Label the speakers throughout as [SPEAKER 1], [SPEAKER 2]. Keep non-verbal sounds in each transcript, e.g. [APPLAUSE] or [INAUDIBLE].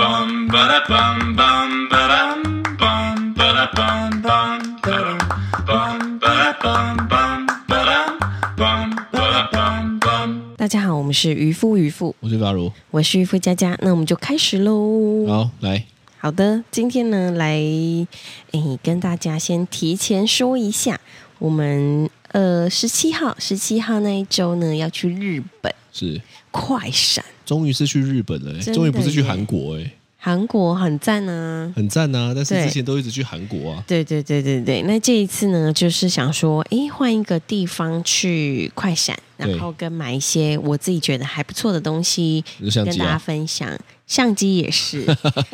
[SPEAKER 1] bum ba da bum bum ba dum bum ba da bum bum ba dum bum ba da bum bum ba dum bum ba da bum bum.
[SPEAKER 2] 大家好，我们是渔夫渔妇，
[SPEAKER 3] 我是法如，
[SPEAKER 2] 我是渔夫佳佳，那我们就开始喽。
[SPEAKER 3] 好来，
[SPEAKER 2] 好的，今天呢，来诶跟大家先提前说一下，我们呃十七号，十七号那一周呢要去日本
[SPEAKER 3] 是
[SPEAKER 2] 快闪，
[SPEAKER 3] 终于是去日本了、欸，
[SPEAKER 2] 真的
[SPEAKER 3] 终于不是去
[SPEAKER 2] 耶
[SPEAKER 3] 韩国哎、欸，
[SPEAKER 2] 韩国很赞啊。
[SPEAKER 3] 很赞呐、但是
[SPEAKER 2] 对
[SPEAKER 3] 之前都一直去韩国啊，
[SPEAKER 2] 对对对对对，那这一次呢，就是想说，诶，换一个地方去快闪，然
[SPEAKER 3] 对
[SPEAKER 2] 后跟买一些我自己觉得还不错的东西，
[SPEAKER 3] 你说相
[SPEAKER 2] 跟
[SPEAKER 3] 机
[SPEAKER 2] 大家
[SPEAKER 3] 啊，
[SPEAKER 2] 分享。相机
[SPEAKER 3] [LAUGHS]
[SPEAKER 2] 也是，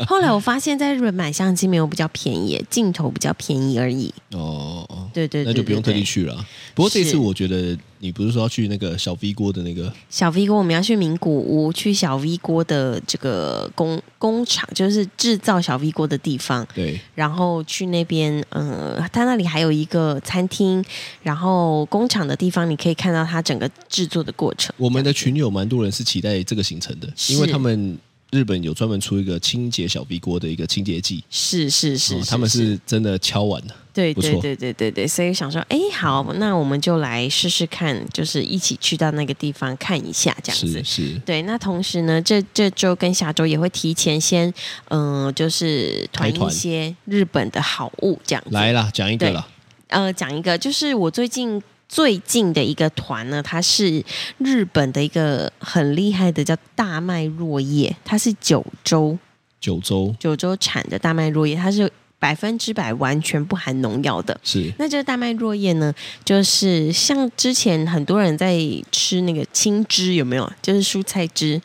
[SPEAKER 2] 后来我发现，在日本买相机没有比较便宜，镜头比较便宜而已。
[SPEAKER 3] 哦哦哦，
[SPEAKER 2] 对对对
[SPEAKER 3] 那就不用特
[SPEAKER 2] 对
[SPEAKER 3] 地
[SPEAKER 2] 对
[SPEAKER 3] 去了啊、不过这
[SPEAKER 2] 是
[SPEAKER 3] 次我觉得你不是说要去那个小 V 锅的那个
[SPEAKER 2] 小 V 锅，我们要去名古屋，去小 V 锅的这个工工厂，就是制造小 V 锅的地方，
[SPEAKER 3] 对
[SPEAKER 2] 然后去那边，呃，它那里还有一个餐厅，然后工厂的地方，你可以看到它整个制作的过程。
[SPEAKER 3] 我们的群友蛮多人是期待这个行程的，
[SPEAKER 2] 是
[SPEAKER 3] 因为他们日本有专门出一个清洁小 V 锅的一个清洁剂，
[SPEAKER 2] 是是是
[SPEAKER 3] 哦他们是真的敲完了，
[SPEAKER 2] 对
[SPEAKER 3] 不
[SPEAKER 2] 对
[SPEAKER 3] 错
[SPEAKER 2] 对对对对，所以想说，哎，好，那我们就来试试看，就是一起去到那个地方看一下，这样子
[SPEAKER 3] 是。是，
[SPEAKER 2] 对，那同时呢，这这周跟下周也会提前先，嗯、就是团
[SPEAKER 3] 开团
[SPEAKER 2] 一些日本的好物这样子。
[SPEAKER 3] 来啦，讲一个
[SPEAKER 2] 对
[SPEAKER 3] 啦，
[SPEAKER 2] 呃，讲一个，就是我最近最近的一个团呢，它是日本的一个很厉害的，叫大麦若叶，它是九州
[SPEAKER 3] 九州
[SPEAKER 2] 九州产的大麦若叶，它是百分之百完全不含农药的。
[SPEAKER 3] 是
[SPEAKER 2] 那这个大麦若叶呢，就是像之前很多人在吃那个青汁，有没有？就是蔬菜汁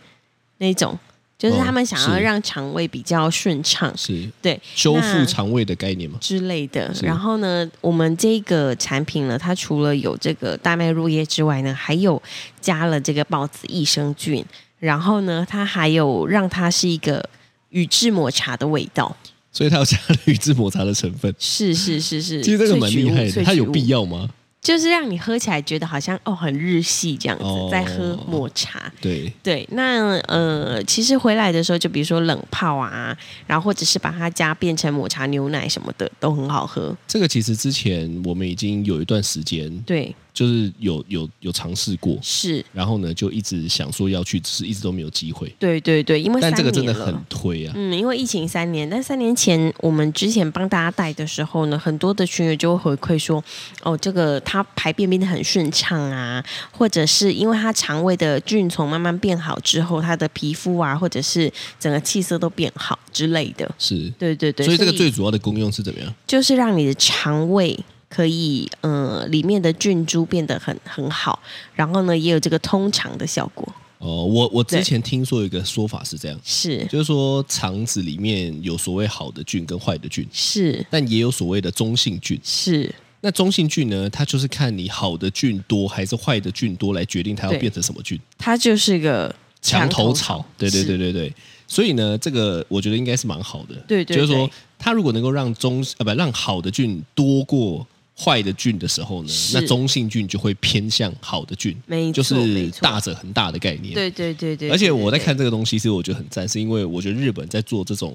[SPEAKER 2] 那种，就是
[SPEAKER 3] 哦
[SPEAKER 2] 他们想要
[SPEAKER 3] 是
[SPEAKER 2] 让肠胃比较顺畅
[SPEAKER 3] 是
[SPEAKER 2] 对
[SPEAKER 3] 修
[SPEAKER 2] 那
[SPEAKER 3] 复肠胃的概念嘛，
[SPEAKER 2] 之类的。
[SPEAKER 3] 是
[SPEAKER 2] 然后呢，我们这个产品呢，它除了有这个大麦若叶之外呢，还有加了这个孢子益生菌，然后呢，它还有让它是一个宇治抹茶的味道。
[SPEAKER 3] 所以它有加了宇治抹茶的成分。
[SPEAKER 2] 是是是是，
[SPEAKER 3] 其实这个蛮厉害
[SPEAKER 2] 萃取
[SPEAKER 3] 的，
[SPEAKER 2] 物
[SPEAKER 3] 它有
[SPEAKER 2] 萃取物
[SPEAKER 3] 必要吗？
[SPEAKER 2] 就是让你喝起来觉得好像哦很日系这样子，
[SPEAKER 3] 哦
[SPEAKER 2] 在喝抹茶。
[SPEAKER 3] 对，
[SPEAKER 2] 对，那呃，其实回来的时候，就比如说冷泡啊，然后或者是把它加变成抹茶牛奶什么的，都很好喝。
[SPEAKER 3] 这个其实之前我们已经有一段时间，
[SPEAKER 2] 对，
[SPEAKER 3] 就是有有有尝试过，
[SPEAKER 2] 是，
[SPEAKER 3] 然后呢就一直想说要去，只是一直都没有机会。
[SPEAKER 2] 对对对，因为
[SPEAKER 3] 但
[SPEAKER 2] 三
[SPEAKER 3] 这个真的
[SPEAKER 2] 年
[SPEAKER 3] 很
[SPEAKER 2] 了。
[SPEAKER 3] 推啊，
[SPEAKER 2] 嗯，因为疫情三年，但三年前我们之前帮大家带的时候呢，很多的群友就会回馈说，哦，这个他排便变得很顺畅啊，或者是因为他肠胃的菌丛慢慢变好之后，他的皮肤啊，或者是整个气色都变好之类的。
[SPEAKER 3] 是。
[SPEAKER 2] 对对对，
[SPEAKER 3] 所以这个最主要的功用是怎么样？
[SPEAKER 2] 就是让你的肠胃可以，呃，里面的菌株变得很很好，然后呢，也有这个通肠的效果。
[SPEAKER 3] 哦，我我
[SPEAKER 2] 对
[SPEAKER 3] 之前听说有一个说法是这样，
[SPEAKER 2] 是
[SPEAKER 3] 就是说肠子里面有所谓好的菌跟坏的菌，
[SPEAKER 2] 是
[SPEAKER 3] 但也有所谓的中性菌。
[SPEAKER 2] 是，
[SPEAKER 3] 那中性菌呢，它就是看你好的菌多还是坏的菌多来决定它要
[SPEAKER 2] 对
[SPEAKER 3] 变成什么菌。
[SPEAKER 2] 它就是个
[SPEAKER 3] 墙头
[SPEAKER 2] 墙
[SPEAKER 3] 草，对对
[SPEAKER 2] 是
[SPEAKER 3] 对对对。所以呢，这个我觉得应该是蛮好的。
[SPEAKER 2] 对对
[SPEAKER 3] 就是说
[SPEAKER 2] 对，
[SPEAKER 3] 它如果能够让中呃不让好的菌多过坏的菌的时候呢，
[SPEAKER 2] 是
[SPEAKER 3] 那中性菌就会偏向好的菌，
[SPEAKER 2] 没错
[SPEAKER 3] 就是
[SPEAKER 2] 没错
[SPEAKER 3] 大者恒大的概念。
[SPEAKER 2] 对对对对，
[SPEAKER 3] 而且
[SPEAKER 2] 对
[SPEAKER 3] 我在
[SPEAKER 2] 对
[SPEAKER 3] 看这个东西，是我觉得很赞，是因为我觉得日本在做这种，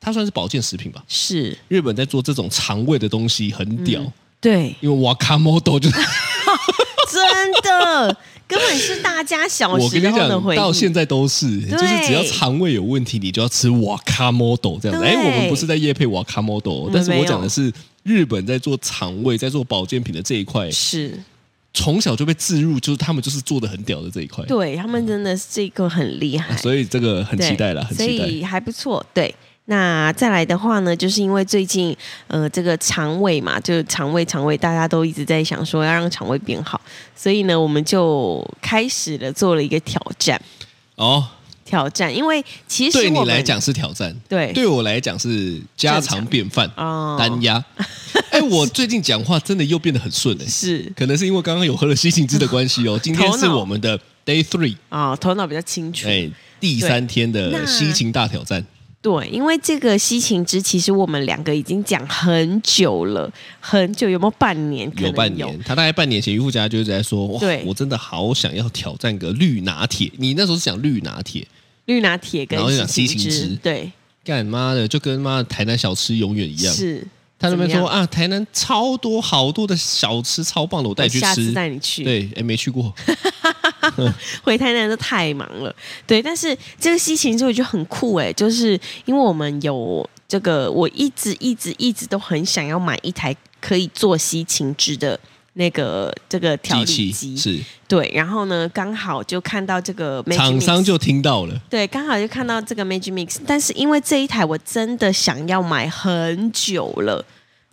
[SPEAKER 3] 它算是保健食品吧。
[SPEAKER 2] 是
[SPEAKER 3] 日本在做这种肠胃的东西很屌，，
[SPEAKER 2] 对
[SPEAKER 3] 因为 wakamoto 就是
[SPEAKER 2] [LAUGHS] 真的根本是大家小
[SPEAKER 3] 我跟
[SPEAKER 2] 时
[SPEAKER 3] 你
[SPEAKER 2] 候的回
[SPEAKER 3] 讲，
[SPEAKER 2] 忆。
[SPEAKER 3] 到现在都是，就是只要肠胃有问题，你就要吃瓦卡莫豆这样子。
[SPEAKER 2] 对嗯
[SPEAKER 3] 哎，我们不是在夜配瓦卡莫豆，但是
[SPEAKER 2] 没
[SPEAKER 3] 我
[SPEAKER 2] 有
[SPEAKER 3] 讲的是日本在做肠胃、在做保健品的这一块，
[SPEAKER 2] 是
[SPEAKER 3] 从小就被置入，就是他们就是做的很屌的这一块。啊
[SPEAKER 2] 对他们真的是这个很厉害，
[SPEAKER 3] 所以这个很
[SPEAKER 2] 对
[SPEAKER 3] 期待了，很
[SPEAKER 2] 所
[SPEAKER 3] 期待。
[SPEAKER 2] 以还不错。对，那再来的话呢，就是因为最近呃这个肠胃嘛，就是肠胃肠胃，大家都一直在想说要让肠胃变好，所以呢我们就开始了做了一个挑战，
[SPEAKER 3] 哦，
[SPEAKER 2] 挑战，因为其实
[SPEAKER 3] 对
[SPEAKER 2] 我
[SPEAKER 3] 你
[SPEAKER 2] 们
[SPEAKER 3] 来讲是挑战，
[SPEAKER 2] 对
[SPEAKER 3] 对我来讲是家常便饭，
[SPEAKER 2] 哎哦
[SPEAKER 3] 单
[SPEAKER 2] [LAUGHS]
[SPEAKER 3] 压。哎，我最近讲话真的又变得很顺哎，
[SPEAKER 2] 是
[SPEAKER 3] 可能是因为刚刚有喝了西芹汁的关
[SPEAKER 2] [LAUGHS]
[SPEAKER 3] 系哦。今天是
[SPEAKER 2] 头脑
[SPEAKER 3] 我们的 day three。
[SPEAKER 2] 啊、头脑比较清楚。
[SPEAKER 3] 哎，第三天的西芹大挑战，
[SPEAKER 2] 对，因为这个西芹汁，其实我们两个已经讲很久了，很久有没有半年？可能
[SPEAKER 3] 有半年，他大概半年前，渔夫家就一直在说，哇
[SPEAKER 2] 对，
[SPEAKER 3] 我真的好想要挑战个绿拿铁。你那时候是讲绿拿铁，
[SPEAKER 2] 绿拿铁跟
[SPEAKER 3] 然后就讲
[SPEAKER 2] 西
[SPEAKER 3] 西芹
[SPEAKER 2] 芹
[SPEAKER 3] 汁
[SPEAKER 2] 对，
[SPEAKER 3] 干妈的就跟妈的台南小吃永远一样。
[SPEAKER 2] 是。
[SPEAKER 3] 他那边
[SPEAKER 2] 怎
[SPEAKER 3] 说
[SPEAKER 2] 么
[SPEAKER 3] 啊，台南超多好多的小吃，超棒的，我带你去
[SPEAKER 2] 下
[SPEAKER 3] 吃
[SPEAKER 2] 次。带你去。
[SPEAKER 3] 对，哎，没去过，
[SPEAKER 2] 回台南都太忙了，对。但是这个西芹之我觉得很酷哎、就是因为我们有这个，我一直一直一直都很想要买一台可以做西芹汁的那个这个调理
[SPEAKER 3] 机
[SPEAKER 2] 机
[SPEAKER 3] 器，是
[SPEAKER 2] 对。然后呢，刚好就看到这个 Magic
[SPEAKER 3] 厂商
[SPEAKER 2] Mix
[SPEAKER 3] 就听到了，
[SPEAKER 2] 对，刚好就看到这个 Magic Mix，但是因为这一台我真的想要买很久了。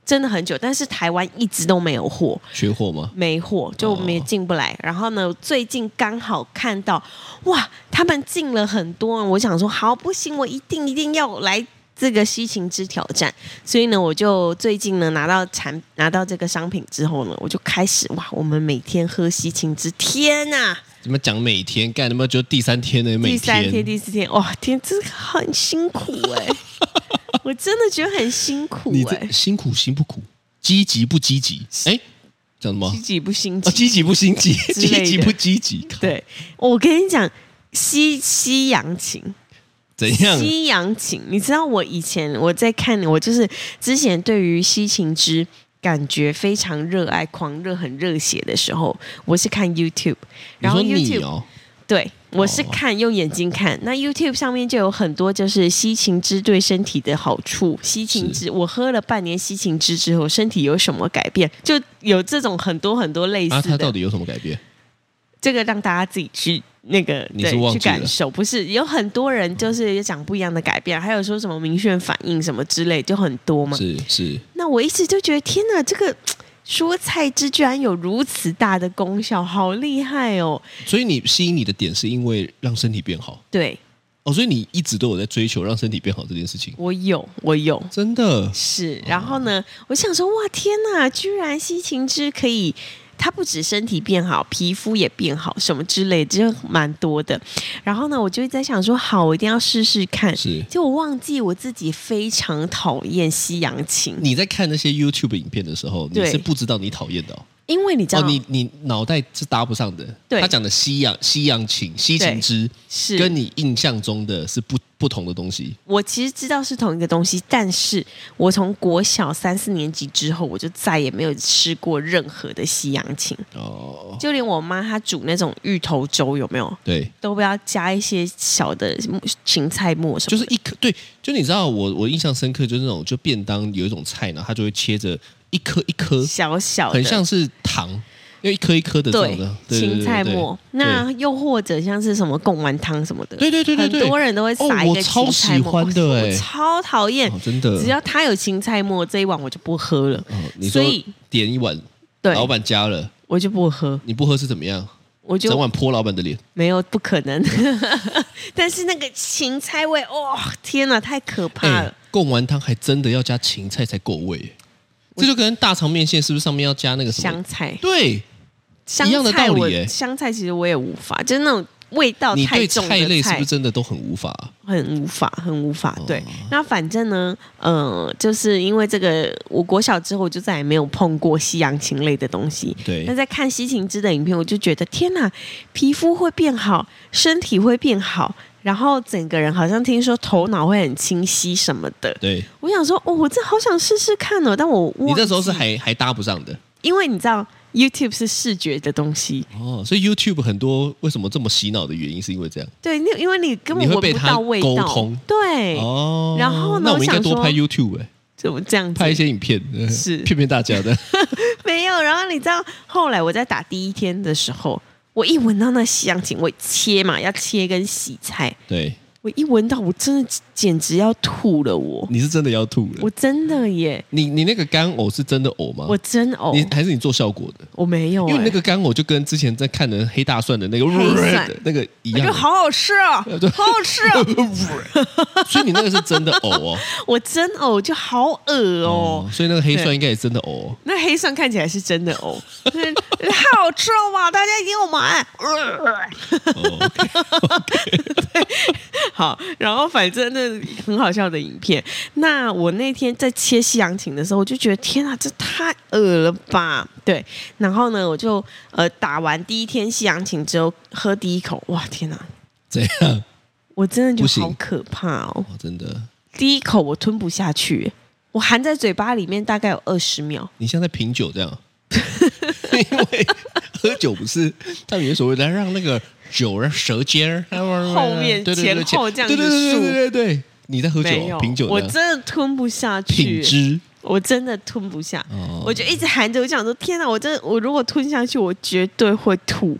[SPEAKER 2] 真的很久，但是台湾一直都没有货，
[SPEAKER 3] 缺货吗？
[SPEAKER 2] 没货，就没进不来。然后呢，最近刚好看到，哇，他们进了很多，我想说，好，不行，我一定一定要来这个西芹之挑战。所以呢，我就最近呢拿到产拿到这个商品之后呢，我就开始哇，我们每天喝西芹汁，天啊呐、
[SPEAKER 3] 怎么讲每天干？他妈就第三天呢？每
[SPEAKER 2] 第三天、
[SPEAKER 3] 天
[SPEAKER 2] 第四天，哇，天，这很辛苦哎、
[SPEAKER 3] [LAUGHS]
[SPEAKER 2] 我真的觉得很辛苦
[SPEAKER 3] 你
[SPEAKER 2] 哎、 [LAUGHS]
[SPEAKER 3] 这辛苦辛不苦？积极不积极？哎，讲什么
[SPEAKER 2] 积？极不心急
[SPEAKER 3] 啊，积极不积
[SPEAKER 2] [LAUGHS]
[SPEAKER 3] 极？积
[SPEAKER 2] 类的
[SPEAKER 3] 极不积极？靠，
[SPEAKER 2] 对，我跟你讲，西西洋情，
[SPEAKER 3] 怎样？
[SPEAKER 2] 西洋情，你知道我以前我在看，我就是之前对于西芹之感觉非常热爱、狂热、很热血的时候，我是看 YouTube，
[SPEAKER 3] 你
[SPEAKER 2] 然后
[SPEAKER 3] 说你
[SPEAKER 2] YouTube、
[SPEAKER 3] 哦，
[SPEAKER 2] 对。我是看用眼睛看，那 YouTube 上面就有很多就是西芹汁对身体的好处。西芹汁，我喝了半年西芹汁之后，身体有什么改变？就有这种很多很多类似的。
[SPEAKER 3] 啊，他到底有什么改变？
[SPEAKER 2] 这个让大家自己去那个
[SPEAKER 3] 你
[SPEAKER 2] 对
[SPEAKER 3] 是忘
[SPEAKER 2] 去
[SPEAKER 3] 记了
[SPEAKER 2] 感受，不是有很多人就是也讲不一样的改变，还有说什么明炫反应什么之类，就很多嘛。
[SPEAKER 3] 是是，
[SPEAKER 2] 那我一直就觉得天哪，这个说菜汁居然有如此大的功效，好厉害哦！
[SPEAKER 3] 所以你吸引你的点是因为让身体变好
[SPEAKER 2] 对
[SPEAKER 3] 哦，所以你一直都有在追求让身体变好这件事情，
[SPEAKER 2] 我有，我有。
[SPEAKER 3] 真的
[SPEAKER 2] 是，然后呢，我想说，哇，天哪，居然西芹汁可以，它不止身体变好，皮肤也变好，什么之类，就蛮多的。然后呢，我就一直在想说，好，我一定要试试看。
[SPEAKER 3] 是。
[SPEAKER 2] 就我忘记我自己非常讨厌西洋芹，
[SPEAKER 3] 你在看那些 YouTube 影片的时候，你
[SPEAKER 2] 对
[SPEAKER 3] 是不知道你讨厌的哦，
[SPEAKER 2] 因为你知道，
[SPEAKER 3] 哦你你脑袋是搭不上的。
[SPEAKER 2] 对
[SPEAKER 3] 他讲的西洋西洋情西
[SPEAKER 2] 对
[SPEAKER 3] 情之，
[SPEAKER 2] 是
[SPEAKER 3] 跟你印象中的是不不同的东西。
[SPEAKER 2] 我其实知道是同一个东西，但是我从国小三四年级之后，我就再也没有吃过任何的西洋芹，
[SPEAKER 3] 哦，
[SPEAKER 2] 就连我妈她煮那种芋头粥，有没有
[SPEAKER 3] 对，
[SPEAKER 2] 都不要加一些小的芹菜末什
[SPEAKER 3] 就
[SPEAKER 2] 么
[SPEAKER 3] 是
[SPEAKER 2] 的，
[SPEAKER 3] 一颗对，就你知道我我印象深刻就是那种就便当有一种菜呢，它就会切着一颗一颗，
[SPEAKER 2] 小小的，
[SPEAKER 3] 很像是糖，因为一颗一颗的这
[SPEAKER 2] 对
[SPEAKER 3] 种的对对
[SPEAKER 2] 芹菜
[SPEAKER 3] 对对
[SPEAKER 2] 末。那又或者像是什么贡丸汤什么的，
[SPEAKER 3] 对对对对对，
[SPEAKER 2] 很多人都会撒一
[SPEAKER 3] 哦
[SPEAKER 2] 个
[SPEAKER 3] 我超
[SPEAKER 2] 芹菜
[SPEAKER 3] 喜
[SPEAKER 2] 末，
[SPEAKER 3] 欢的
[SPEAKER 2] 我
[SPEAKER 3] 哎
[SPEAKER 2] 超讨厌
[SPEAKER 3] 哦，。真的。
[SPEAKER 2] 只要它有芹菜末，这一碗我就不喝了。
[SPEAKER 3] 哦，你
[SPEAKER 2] 所
[SPEAKER 3] 说
[SPEAKER 2] 以
[SPEAKER 3] 点一碗，
[SPEAKER 2] 对，
[SPEAKER 3] 老板加了，
[SPEAKER 2] 我就不喝，
[SPEAKER 3] 你不喝是怎么样？
[SPEAKER 2] 我
[SPEAKER 3] 整
[SPEAKER 2] 就
[SPEAKER 3] 碗泼老板的脸。
[SPEAKER 2] 没有不可能。 [LAUGHS] 但是那个芹菜味，哇、天哪，太可怕了！
[SPEAKER 3] 哎，贡丸汤还真的要加芹菜才够味，这就跟大肠面线是不是上面要加那个什么
[SPEAKER 2] 香？菜，
[SPEAKER 3] 对，
[SPEAKER 2] 香
[SPEAKER 3] 一样的
[SPEAKER 2] 菜
[SPEAKER 3] 道理欸
[SPEAKER 2] 我
[SPEAKER 3] 耶
[SPEAKER 2] 香菜其实我也无法，就是那种味道
[SPEAKER 3] 你
[SPEAKER 2] 哦太
[SPEAKER 3] 对
[SPEAKER 2] 重的
[SPEAKER 3] 菜类是不是真的都很无法啊？
[SPEAKER 2] 很无法，很无
[SPEAKER 3] 哦
[SPEAKER 2] 法。对，那反正呢，呃，就是因为这个，我国小之后我就再也没有碰过西洋芹类的东西。
[SPEAKER 3] 对
[SPEAKER 2] 那在看西芹汁的影片，我就觉得天哪，皮肤会变好，身体会变好，然后整个人好像听说头脑会很清晰什么的。
[SPEAKER 3] 对，
[SPEAKER 2] 我想说，哦，我真好想试试看哦，但我
[SPEAKER 3] 你
[SPEAKER 2] 忘
[SPEAKER 3] 那时候
[SPEAKER 2] 记
[SPEAKER 3] 是还还搭不上的
[SPEAKER 2] 因为你知道 YouTube 是视觉的东西，
[SPEAKER 3] 哦，所以 YouTube 很多为什么这么洗脑的原因是因为这样
[SPEAKER 2] 对，你因为你根本
[SPEAKER 3] 你会
[SPEAKER 2] 闻
[SPEAKER 3] 被
[SPEAKER 2] 不
[SPEAKER 3] 它
[SPEAKER 2] 到味道，
[SPEAKER 3] 沟通
[SPEAKER 2] 对，
[SPEAKER 3] 哦。
[SPEAKER 2] 然后呢
[SPEAKER 3] 那我们应该
[SPEAKER 2] 我想
[SPEAKER 3] 多
[SPEAKER 2] 说
[SPEAKER 3] 拍 YouTube 哎，
[SPEAKER 2] 怎么这样子？
[SPEAKER 3] 拍一些影片，呃
[SPEAKER 2] 是
[SPEAKER 3] [LAUGHS] 骗骗大家的。
[SPEAKER 2] [LAUGHS] 没有。然后你知道，后来我在打第一天的时候，我一闻到那西洋芹，我切嘛，要切跟洗菜，
[SPEAKER 3] 对，
[SPEAKER 2] 我一闻到，我真的简直要吐了我，
[SPEAKER 3] 你是真的要吐
[SPEAKER 2] 我
[SPEAKER 3] 了。
[SPEAKER 2] 真的耶，
[SPEAKER 3] 你你那个干呕是真的呕吗？
[SPEAKER 2] 我真呕
[SPEAKER 3] 哦你，还是你做效果的？
[SPEAKER 2] 我没有、欸，
[SPEAKER 3] 因为那个干呕就跟之前在看的黑大蒜的那个
[SPEAKER 2] 黑蒜
[SPEAKER 3] 那个一
[SPEAKER 2] 哎我
[SPEAKER 3] 样的，
[SPEAKER 2] 就好好吃哦，
[SPEAKER 3] [LAUGHS] 对
[SPEAKER 2] 好好吃哦，
[SPEAKER 3] [LAUGHS] 所以你那个是真的呕哦。嗯
[SPEAKER 2] 我真呕，就好恶 [LAUGHS] 哦。
[SPEAKER 3] 所以那个黑蒜应该也真的呕哦。
[SPEAKER 2] [LAUGHS] 那黑蒜看起来是 [LAUGHS] 真的哦，嗯好吃哦哇！大家一定要买。呃
[SPEAKER 3] 哦 OK
[SPEAKER 2] 好，然后反正那很好笑的影片。那我那天在切西洋芹的时候，我就觉得天啊，这太恶了吧？对，然后呢，我就呃打完第一天西洋芹之后，喝第一口，哇，天哪！
[SPEAKER 3] 怎样？
[SPEAKER 2] 我真的
[SPEAKER 3] 不
[SPEAKER 2] 觉得
[SPEAKER 3] 行
[SPEAKER 2] 好可怕哦！
[SPEAKER 3] 哇，真的，
[SPEAKER 2] 第一口我吞不下去，我含在嘴巴里面大概有二十秒。
[SPEAKER 3] 你像在品酒
[SPEAKER 2] [LAUGHS]
[SPEAKER 3] 这样，因为喝酒不是他们有所谓的让那个酒让舌尖儿
[SPEAKER 2] [LAUGHS] 后面
[SPEAKER 3] 对对对对
[SPEAKER 2] 前后这样子
[SPEAKER 3] 对对对对对对对，你在喝
[SPEAKER 2] 没
[SPEAKER 3] 酒哦
[SPEAKER 2] 有，
[SPEAKER 3] 品酒
[SPEAKER 2] 我
[SPEAKER 3] 这样
[SPEAKER 2] 真的吞不下去
[SPEAKER 3] 品，质
[SPEAKER 2] 我真的吞不下。
[SPEAKER 3] 哦，
[SPEAKER 2] 我就一直含着，我就想说天哪，我真的，我如果吞下去，我绝对会吐，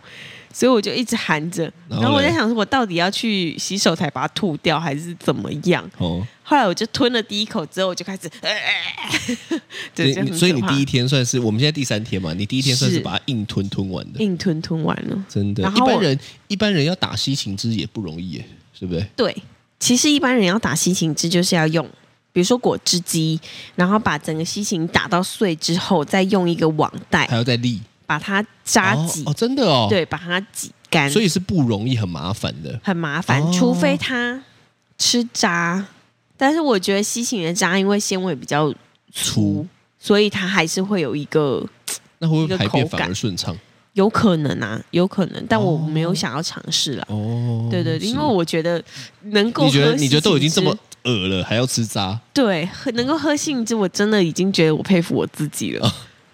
[SPEAKER 2] 所以我就一直含着。
[SPEAKER 3] 然
[SPEAKER 2] 然
[SPEAKER 3] 后
[SPEAKER 2] 后我
[SPEAKER 3] 嘞
[SPEAKER 2] 在想说，我到底要去洗手台把它吐掉，还是怎么样？
[SPEAKER 3] 哦，
[SPEAKER 2] 后来我就吞了第一口之后，我就开始，呃呃、呃 [LAUGHS] 对，
[SPEAKER 3] 你
[SPEAKER 2] 就很
[SPEAKER 3] 你
[SPEAKER 2] 可
[SPEAKER 3] 所以你
[SPEAKER 2] 怕
[SPEAKER 3] 第一天算是我们现在第三天嘛，你第一天算是
[SPEAKER 2] 是
[SPEAKER 3] 把它硬吞吞完的，
[SPEAKER 2] 硬吞吞完了。
[SPEAKER 3] 真的。
[SPEAKER 2] 然
[SPEAKER 3] 一
[SPEAKER 2] 后
[SPEAKER 3] 般
[SPEAKER 2] 我
[SPEAKER 3] 人一般人要打西芹汁也不容易耶，是不是？
[SPEAKER 2] 对，其实一般人要打西芹汁，就是要用，比如说果汁机，然后把整个西芹打到碎之后，再用一个网袋
[SPEAKER 3] 还要再沥
[SPEAKER 2] 把它扎
[SPEAKER 3] 啊哦
[SPEAKER 2] 挤，
[SPEAKER 3] 哦，真的哦，，
[SPEAKER 2] 对，把它挤干，
[SPEAKER 3] 所以是不容易，很麻烦的。
[SPEAKER 2] 很麻烦，
[SPEAKER 3] 哦
[SPEAKER 2] 除非它吃渣。但是我觉得西芹的渣因为纤维比较
[SPEAKER 3] 粗
[SPEAKER 2] 粗，所以它还是会有一个
[SPEAKER 3] 那会不会
[SPEAKER 2] 一个
[SPEAKER 3] 排便
[SPEAKER 2] 口
[SPEAKER 3] 反
[SPEAKER 2] 感
[SPEAKER 3] 而顺畅？
[SPEAKER 2] 有可能啊，有可能，但我
[SPEAKER 3] 哦
[SPEAKER 2] 没有想要尝试啦。
[SPEAKER 3] 哦，
[SPEAKER 2] 对对，
[SPEAKER 3] 是
[SPEAKER 2] 因为我觉得能够
[SPEAKER 3] 你觉得
[SPEAKER 2] 喝
[SPEAKER 3] 你觉得都已经
[SPEAKER 2] 西
[SPEAKER 3] 这
[SPEAKER 2] 芹汁
[SPEAKER 3] 么恶了，还要吃渣，
[SPEAKER 2] 对，喝能够喝杏汁，我真的已经觉得我佩服我自己了。
[SPEAKER 3] 哦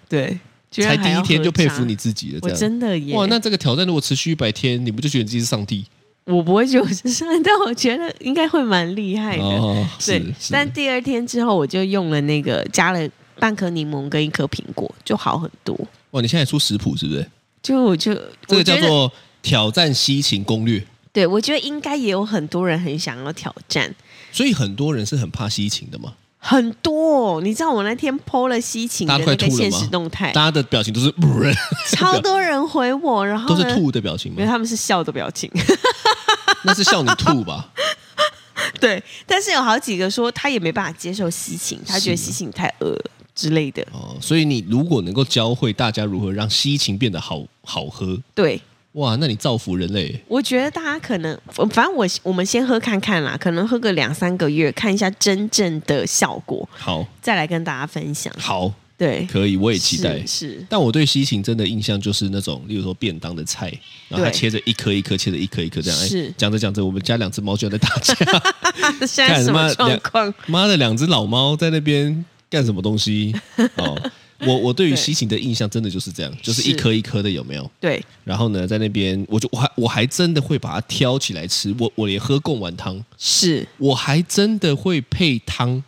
[SPEAKER 2] 对，居然
[SPEAKER 3] 才
[SPEAKER 2] 还
[SPEAKER 3] 第
[SPEAKER 2] 要
[SPEAKER 3] 一天
[SPEAKER 2] 喝
[SPEAKER 3] 就佩服
[SPEAKER 2] 茶
[SPEAKER 3] 你，自己了，这
[SPEAKER 2] 我
[SPEAKER 3] 样
[SPEAKER 2] 真的耶！
[SPEAKER 3] 哇，那这个挑战如果持续一百天，你不就觉得你自己是上帝？
[SPEAKER 2] 我不会觉得我是 [LAUGHS] 上，但我觉得应该会蛮厉害的。
[SPEAKER 3] 哦，
[SPEAKER 2] 对
[SPEAKER 3] 是，，是
[SPEAKER 2] 但第二天之后我就用了那个加了半颗柠檬跟一颗苹果，就好很多。
[SPEAKER 3] 哇，你现在出食谱是不是？
[SPEAKER 2] 就我就
[SPEAKER 3] 这
[SPEAKER 2] 我
[SPEAKER 3] 个
[SPEAKER 2] 觉
[SPEAKER 3] 叫
[SPEAKER 2] 得，
[SPEAKER 3] 做挑战西芹攻略。
[SPEAKER 2] 对我觉得应该也有很多人很想要挑战。
[SPEAKER 3] 所以很多人是很怕西芹的嘛，
[SPEAKER 2] 很多、哦，你知道我那天 PO 了西芹的
[SPEAKER 3] 大家快
[SPEAKER 2] 那
[SPEAKER 3] 吐
[SPEAKER 2] 个
[SPEAKER 3] 了吗
[SPEAKER 2] 现实动态
[SPEAKER 3] 大，家的表情都是 [LAUGHS] 不是
[SPEAKER 2] 超多人回我，然后
[SPEAKER 3] 都是
[SPEAKER 2] 呢，
[SPEAKER 3] 吐的表情
[SPEAKER 2] 因为
[SPEAKER 3] 吗？
[SPEAKER 2] 他们是笑的表情，
[SPEAKER 3] 那是笑你吐吧？
[SPEAKER 2] [LAUGHS] 对，但是有好几个说他也没办法接受西芹，他觉得西芹太恶之类的。
[SPEAKER 3] 哦，所以你如果能够教会大家如何让西芹变得好好喝，
[SPEAKER 2] 对，
[SPEAKER 3] 哇，那你造福人类。
[SPEAKER 2] 我觉得大家可能，反反正我我们先喝看看啦，可能喝个两三个月，看一下真正的效果，
[SPEAKER 3] 好，
[SPEAKER 2] 再来跟大家分享。
[SPEAKER 3] 好，
[SPEAKER 2] 对，
[SPEAKER 3] 可以，我也期待
[SPEAKER 2] 是。是
[SPEAKER 3] 但我对西芹真的印象就是那种，例如说便当的菜，然后它
[SPEAKER 2] 对
[SPEAKER 3] 切着一颗一颗，切着一颗一颗这样。哎
[SPEAKER 2] 是
[SPEAKER 3] 讲着讲着，我们家两只猫居然在打架，
[SPEAKER 2] 那现在
[SPEAKER 3] 干他
[SPEAKER 2] 什么
[SPEAKER 3] 妈
[SPEAKER 2] 状
[SPEAKER 3] 两 [LAUGHS]
[SPEAKER 2] 况？
[SPEAKER 3] 妈的，两只老猫在那边干什么东西？哦，我我对于
[SPEAKER 2] 对
[SPEAKER 3] 西芹的印象真的就是这样，就是
[SPEAKER 2] 是
[SPEAKER 3] 一颗一颗的，有没有？
[SPEAKER 2] 对，
[SPEAKER 3] 然后呢，在那边我就我还我还真的会把它挑起来吃，我我连喝贡丸汤，
[SPEAKER 2] 是
[SPEAKER 3] 我还真的会配汤，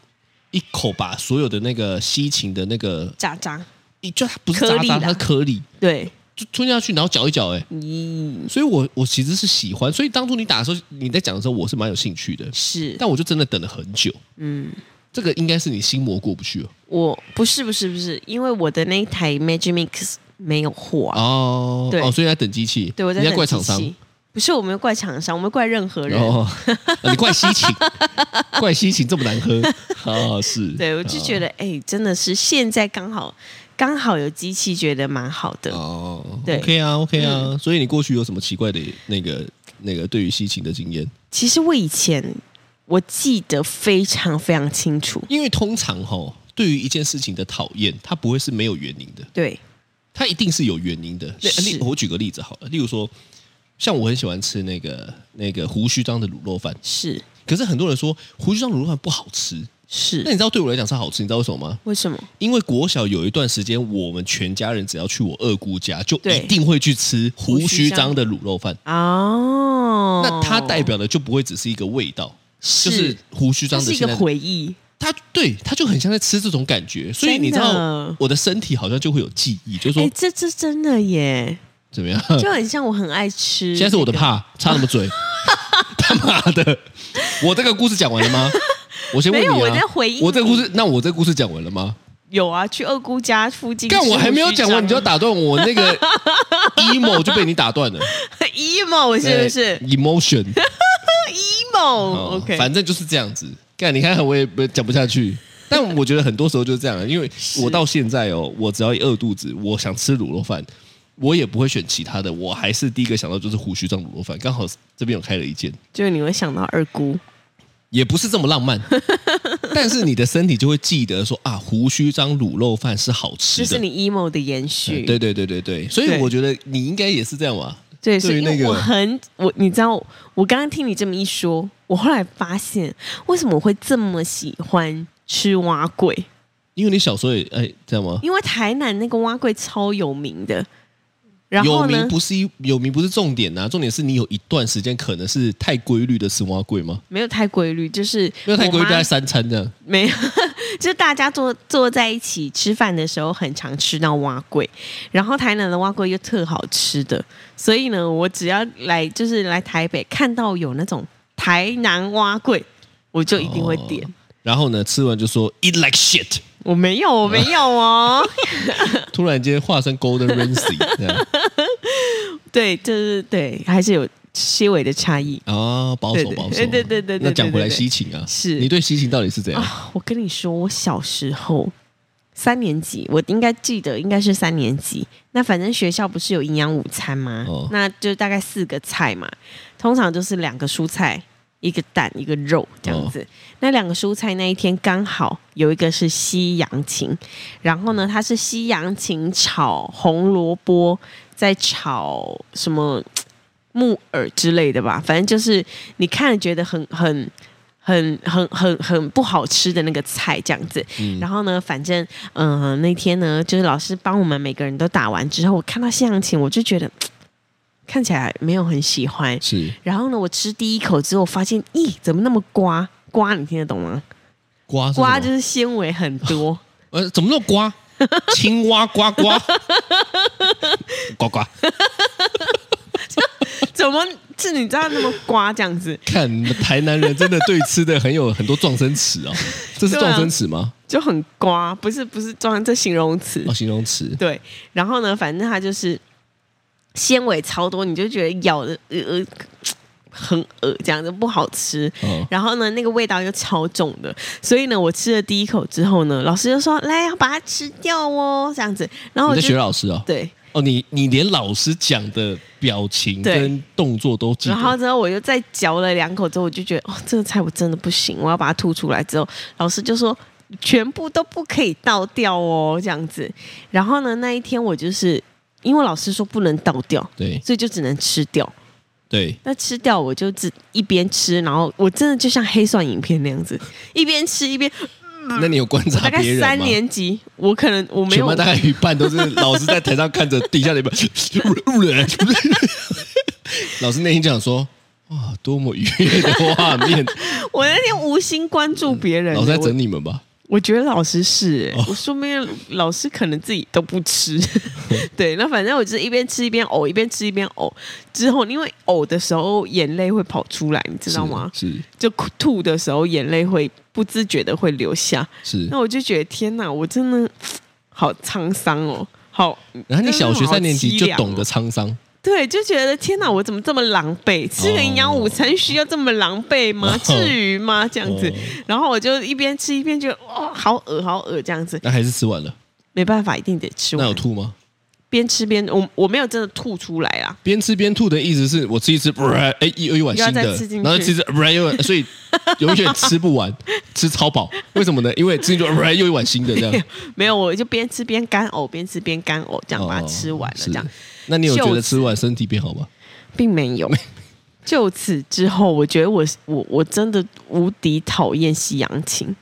[SPEAKER 3] 一口把所有的那个西芹的那个，
[SPEAKER 2] 渣渣，
[SPEAKER 3] 一就它不是渣
[SPEAKER 2] 颗粒
[SPEAKER 3] 渣，
[SPEAKER 2] 啦
[SPEAKER 3] 它是颗粒，
[SPEAKER 2] 对，
[SPEAKER 3] 就吞下去，然后嚼一嚼、哎，
[SPEAKER 2] 咦，
[SPEAKER 3] 所以我我其实是喜欢，所以当初你打的时候，你在讲的时候，我是蛮有兴趣的，
[SPEAKER 2] 是，
[SPEAKER 3] 但我就真的等了很久，
[SPEAKER 2] 嗯，
[SPEAKER 3] 这个应该是你心魔过不去哦。
[SPEAKER 2] 我不是不是不是，因为我的那一台 Magic Mix 没有货啊。
[SPEAKER 3] 哦，
[SPEAKER 2] 对
[SPEAKER 3] 哦，所以在等机器，
[SPEAKER 2] 对，我在
[SPEAKER 3] 你在
[SPEAKER 2] 等
[SPEAKER 3] 怪
[SPEAKER 2] 机
[SPEAKER 3] 厂商，
[SPEAKER 2] 器。不是，我没有怪厂商，我没怪任何人。
[SPEAKER 3] 哦，啊你怪西芹， [LAUGHS] 怪西芹这么难喝，哦，是，
[SPEAKER 2] 对，我就觉
[SPEAKER 3] 得，
[SPEAKER 2] 得，哎、真的是现在刚好刚好有机器，觉得蛮好的。
[SPEAKER 3] 哦，
[SPEAKER 2] 对嗯
[SPEAKER 3] o k 啊，OK 啊，所以你过去有什么奇怪的那个那个对于西芹的经验？
[SPEAKER 2] 其实我以前我记得非常非常清楚，
[SPEAKER 3] 因为通常哈、对于一件事情的讨厌，它不会是没有原因的，
[SPEAKER 2] 对，
[SPEAKER 3] 它一定是有原因的。例
[SPEAKER 2] 是
[SPEAKER 3] 例我举个例子好了，例如说，像我很喜欢吃那个那个胡须章的卤肉饭，
[SPEAKER 2] 是
[SPEAKER 3] 可是很多人说胡须章卤肉饭不好吃，那
[SPEAKER 2] 是，
[SPEAKER 3] 你知道对我来讲是好吃，你知道为什么吗？
[SPEAKER 2] 为什么？
[SPEAKER 3] 因为国小有一段时间，我们全家人只要去我二姑家，就
[SPEAKER 2] 对
[SPEAKER 3] 一定会去吃胡须
[SPEAKER 2] 须
[SPEAKER 3] 章
[SPEAKER 2] 章
[SPEAKER 3] 的卤肉饭。
[SPEAKER 2] 哦，
[SPEAKER 3] 那它代表的就不会只是一个味道，
[SPEAKER 2] 是
[SPEAKER 3] 就是胡须
[SPEAKER 2] 这
[SPEAKER 3] 章的
[SPEAKER 2] 是一
[SPEAKER 3] 现在
[SPEAKER 2] 个
[SPEAKER 3] 的
[SPEAKER 2] 回忆，
[SPEAKER 3] 它对它就很像在吃这种感觉，所以
[SPEAKER 2] 真的
[SPEAKER 3] 你知道我的身体好像就会有记忆，就是
[SPEAKER 2] 哎、
[SPEAKER 3] 说
[SPEAKER 2] 这这真的耶，
[SPEAKER 3] 怎么样？
[SPEAKER 2] 就很像我很爱吃、
[SPEAKER 3] 现在是我的，怕，插什么
[SPEAKER 2] [LAUGHS]
[SPEAKER 3] 嘴？ [LAUGHS] 他妈的！我这个故事讲完了吗？我先问你啊，
[SPEAKER 2] 没有我在回应
[SPEAKER 3] 我这个故事，那我这个故事讲完了吗？
[SPEAKER 2] 有啊，去二姑家附近吃胡
[SPEAKER 3] 干，
[SPEAKER 2] 须章啊，
[SPEAKER 3] 我还没有讲完，你就要打断我，那个 emo 就被你打断了，
[SPEAKER 2] [LAUGHS] emo 是不
[SPEAKER 3] 对
[SPEAKER 2] 是
[SPEAKER 3] emotion？哦
[SPEAKER 2] ？emo，OK，、
[SPEAKER 3] 反正就是这样子。干，你看我也不讲不下去，但我觉得很多时候 [LAUGHS] 就是这样，因为我到现在哦，我只要一饿肚子，我想吃卤肉饭。我也不会选其他的，我还是第一个想到就是胡须章卤肉饭，刚好这边有开了一间，
[SPEAKER 2] 就是你会想到二姑，
[SPEAKER 3] 也不是这么浪 [LAUGHS] 漫，但是你的身体就会记得说啊，胡须章卤肉饭是好吃的，
[SPEAKER 2] 这是你 emo 的延续，
[SPEAKER 3] 对对对对对，所以
[SPEAKER 2] 对
[SPEAKER 3] 我觉得你应该也是这样吧。
[SPEAKER 2] 对，所
[SPEAKER 3] 对于
[SPEAKER 2] 以因为
[SPEAKER 3] 那个
[SPEAKER 2] 我很我，你知道，我刚刚听你这么一说，我后来发现为什么我会这么喜欢吃蛙桂，
[SPEAKER 3] 因为你小时候也哎这样吗？
[SPEAKER 2] 因为台南那个蛙桂超有名的。然
[SPEAKER 3] 有
[SPEAKER 2] 后
[SPEAKER 3] 名
[SPEAKER 2] 呢？
[SPEAKER 3] 不是一有名不是重点呐、啊重点是你有一段时间可能是太规律的吃蛙贵吗？
[SPEAKER 2] 没有太规律，就是
[SPEAKER 3] 因为太规律
[SPEAKER 2] 我妈
[SPEAKER 3] 大概三餐这样，
[SPEAKER 2] [LAUGHS] 没有，就是大家坐坐在一起吃饭的时候，很常吃到蛙桂，然后台南的蛙桂又特好吃的，所以呢，我只要来就是来台北看到有那种台南蛙桂，我就一定会点。
[SPEAKER 3] 哦然后呢，吃完就说 eat like shit，
[SPEAKER 2] 我没有，我没有哦。
[SPEAKER 3] 突然间化身 Golden Ramsy 这
[SPEAKER 2] [LAUGHS]
[SPEAKER 3] 样
[SPEAKER 2] [LAUGHS] 对，就是对，还是有些微的差异。
[SPEAKER 3] 啊，保守
[SPEAKER 2] 对对
[SPEAKER 3] 保守，
[SPEAKER 2] 对对对对对
[SPEAKER 3] 那讲回来
[SPEAKER 2] 对对
[SPEAKER 3] 西芹啊，
[SPEAKER 2] 是
[SPEAKER 3] 你对西芹到底是怎样？
[SPEAKER 2] 啊，我跟你说，我小时候三年级，我应该记得应该是三年级。那反正学校不是有营养午餐吗？
[SPEAKER 3] 哦
[SPEAKER 2] 那就大概四个菜嘛，通常就是两个蔬菜、一个蛋、一个肉这样子。那两个蔬菜那一天刚好有一个是西洋芹，然后呢，它是西洋芹炒红萝卜，再炒什么木耳之类的吧，反正就是你看了觉得很很。很很很很不好吃的那个菜这样子，然后呢，反正嗯、呃那天呢，就是老师帮我们每个人都打完之后，我看到西洋芹，我就觉得看起来没有很喜欢。
[SPEAKER 3] 是
[SPEAKER 2] 然后呢，我吃第一口之后，发现咦，怎么那么刮刮？你听得懂吗？
[SPEAKER 3] 瓜是
[SPEAKER 2] 刮
[SPEAKER 3] 什么
[SPEAKER 2] 就是纤维很
[SPEAKER 3] [LAUGHS]
[SPEAKER 2] 多，
[SPEAKER 3] 呃怎么那么
[SPEAKER 2] [LAUGHS]
[SPEAKER 3] 瓜？青蛙呱呱呱呱，
[SPEAKER 2] 怎么是你知道那么刮这样子
[SPEAKER 3] 看台南人真的对吃的很有很多撞声词哦，这是
[SPEAKER 2] 对啊
[SPEAKER 3] 撞声词吗？
[SPEAKER 2] 就很刮？不是不是，装这形容词
[SPEAKER 3] 哦，形容词。
[SPEAKER 2] 对，然后呢，反正它就是纤维超多，你就觉得咬的呃呃很恶这样子不好吃。
[SPEAKER 3] 嗯，
[SPEAKER 2] 然后呢，那个味道又超重的，所以呢，我吃了第一口之后呢，老师就说：“来，要把它吃掉哦，这样子。”然后我
[SPEAKER 3] 你在学
[SPEAKER 2] 就
[SPEAKER 3] 老师哦？
[SPEAKER 2] 对，
[SPEAKER 3] 哦，你你连老师讲的表情
[SPEAKER 2] 对
[SPEAKER 3] 跟动作都记得
[SPEAKER 2] 然，后之后我又再嚼了两口之后，我就觉得哦，这个菜我真的不行，我要把它吐出来。之后老师就说全部都不可以倒掉哦，这样子。然后呢，那一天我就是因为老师说不能倒掉，
[SPEAKER 3] 对
[SPEAKER 2] 所以就只能吃掉。
[SPEAKER 3] 对，
[SPEAKER 2] 那吃掉我就只一边吃，然后我真的就像黑蒜影片那样子，一边吃一边。
[SPEAKER 3] 那你有观
[SPEAKER 2] 我大
[SPEAKER 3] 察
[SPEAKER 2] 概
[SPEAKER 3] 别人吗？
[SPEAKER 2] 三年级，我可能我没
[SPEAKER 3] 全
[SPEAKER 2] 有
[SPEAKER 3] 班大概一半都是老师在台上看着底下的一半 [LAUGHS] 老师内心就想说：“哇，多么愉悦的画
[SPEAKER 2] [LAUGHS]
[SPEAKER 3] 面！”
[SPEAKER 2] 我那天无心关注别人，
[SPEAKER 3] 老师在整哦
[SPEAKER 2] 我
[SPEAKER 3] 你们吧？
[SPEAKER 2] 我觉得老师是、欸我说不定老师可能自己都不吃。 [LAUGHS] 对，那反正我就是一边吃一边呕，一边吃一边呕。之后因为呕的时候眼泪会跑出来，你知道吗？
[SPEAKER 3] 是
[SPEAKER 2] 就哭吐的时候眼泪会不自觉的会流下。
[SPEAKER 3] 是。是
[SPEAKER 2] 那我就觉得天哪，我真的好沧桑哦，好。
[SPEAKER 3] 然后你小学
[SPEAKER 2] 真的好
[SPEAKER 3] 三年级就
[SPEAKER 2] 凄凉哦
[SPEAKER 3] 懂得沧桑，
[SPEAKER 2] 对，就觉得天哪，我怎么这么狼狈？吃个营养午餐需要这么狼
[SPEAKER 3] [LAUGHS]
[SPEAKER 2] 狈吗？
[SPEAKER 3] 哦
[SPEAKER 2] 至于吗？这样子
[SPEAKER 3] 哦。
[SPEAKER 2] 然后我就一边吃一边觉得哦，好恶好恶这样子，
[SPEAKER 3] 那还是吃完了。
[SPEAKER 2] 没办法，一定得吃
[SPEAKER 3] 那有
[SPEAKER 2] 完。
[SPEAKER 3] 吐吗？
[SPEAKER 2] 边吃边我我没有真的吐出来啊啦，
[SPEAKER 3] 边吃边吐的意思是我吃一吃，哎、一又一碗
[SPEAKER 2] 嗯又要
[SPEAKER 3] 新的，
[SPEAKER 2] 再吃进去
[SPEAKER 3] 然后吃一吃，哎、又一碗所以永远吃不完，吃超饱。为什么呢？因为吃进去，哎、又一碗新的这
[SPEAKER 2] [LAUGHS]
[SPEAKER 3] 样，
[SPEAKER 2] 没有，我就边吃边干呕，边吃边干呕，这样把它吃完了，
[SPEAKER 3] 哦是
[SPEAKER 2] 这样。
[SPEAKER 3] 那你有觉
[SPEAKER 2] 就
[SPEAKER 3] 得
[SPEAKER 2] 此
[SPEAKER 3] 吃完身体变好吗？
[SPEAKER 2] 并没
[SPEAKER 3] [LAUGHS]
[SPEAKER 2] 有。就此之后，我觉得我我我真的无敌讨厌西洋芹，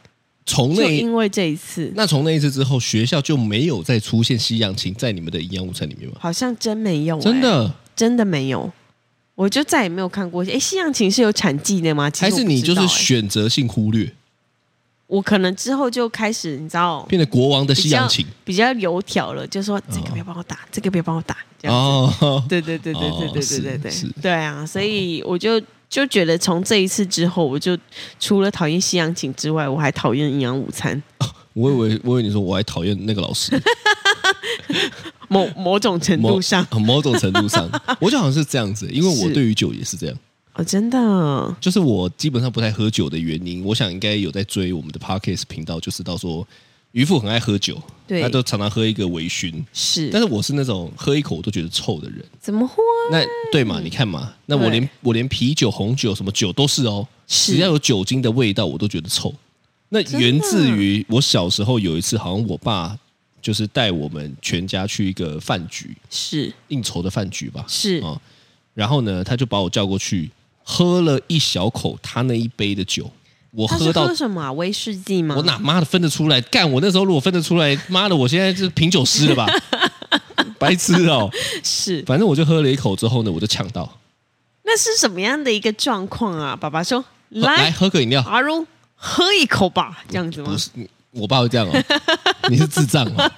[SPEAKER 3] 从
[SPEAKER 2] 就
[SPEAKER 3] 那
[SPEAKER 2] 因为这一次，
[SPEAKER 3] 那从那一次之后，学校就没有再出现西洋芹在你们的营养午餐里面吗？
[SPEAKER 2] 好像真没有、欸，
[SPEAKER 3] 真的？
[SPEAKER 2] 真的没有，我就再也没有看过。哎，西洋芹是有产季的吗？其实
[SPEAKER 3] 还是你就是
[SPEAKER 2] 我不知道欸
[SPEAKER 3] 选择性忽略，
[SPEAKER 2] 我可能之后就开始，你知道，
[SPEAKER 3] 变得国王的
[SPEAKER 2] 比
[SPEAKER 3] 西
[SPEAKER 2] 较
[SPEAKER 3] 洋芹
[SPEAKER 2] 比较油条了，就说这个不要帮我打，这个不要帮我打，这样。
[SPEAKER 3] 哦？ [LAUGHS]
[SPEAKER 2] 对对对对对
[SPEAKER 3] 哦
[SPEAKER 2] 对
[SPEAKER 3] 是
[SPEAKER 2] 对对对
[SPEAKER 3] 是
[SPEAKER 2] 对，对啊，所以我就就觉得从这一次之后，我就除了讨厌西洋芹之外，我还讨厌营养午
[SPEAKER 3] [LAUGHS]
[SPEAKER 2] 餐。
[SPEAKER 3] 我以为我以为你说我还讨厌那个老师，
[SPEAKER 2] 某某种程度上，
[SPEAKER 3] 某呃某种程度上，
[SPEAKER 2] [LAUGHS]
[SPEAKER 3] 我就好像是这样子，因为我
[SPEAKER 2] 是
[SPEAKER 3] 对于酒也是这样。
[SPEAKER 2] 哦，真的，
[SPEAKER 3] 就是我基本上不太喝酒的原因，我想应该有在追我们的 podcast 频道，就知道说渔夫很爱喝酒，
[SPEAKER 2] 对
[SPEAKER 3] 他都常常喝一个微醺，
[SPEAKER 2] 是，
[SPEAKER 3] 但是我是那种喝一口我都觉得臭的人。
[SPEAKER 2] 怎么会？
[SPEAKER 3] 那对嘛？你看嘛，那我
[SPEAKER 2] 嗯对
[SPEAKER 3] 连我连啤酒、红酒什么酒都是哦，
[SPEAKER 2] 是
[SPEAKER 3] 只要有酒精的味道，我都觉得臭。那
[SPEAKER 2] 真的
[SPEAKER 3] 源自于我小时候有一次，好像我爸就是带我们全家去一个饭局，
[SPEAKER 2] 是
[SPEAKER 3] 应酬的饭局吧，
[SPEAKER 2] 是
[SPEAKER 3] 哦，然后呢，他就把我叫过去，喝了一小口他那一杯的酒，我
[SPEAKER 2] 他是
[SPEAKER 3] 喝到
[SPEAKER 2] 喝什么啊？威士忌吗？
[SPEAKER 3] 我哪妈的分得出来？干！我那时候如果分得出来，妈的，我现在是品酒师了吧？白痴哦！
[SPEAKER 2] 是？
[SPEAKER 3] 反正我就喝了一口之后呢，我就呛到，
[SPEAKER 2] 那是什么样的一个状况啊？爸爸说：“
[SPEAKER 3] 喝来
[SPEAKER 2] 来，
[SPEAKER 3] 喝个饮料。
[SPEAKER 2] 阿如，喝一口吧。”这样子吗
[SPEAKER 3] 不？是，你我爸会这样哦，你是智障哦？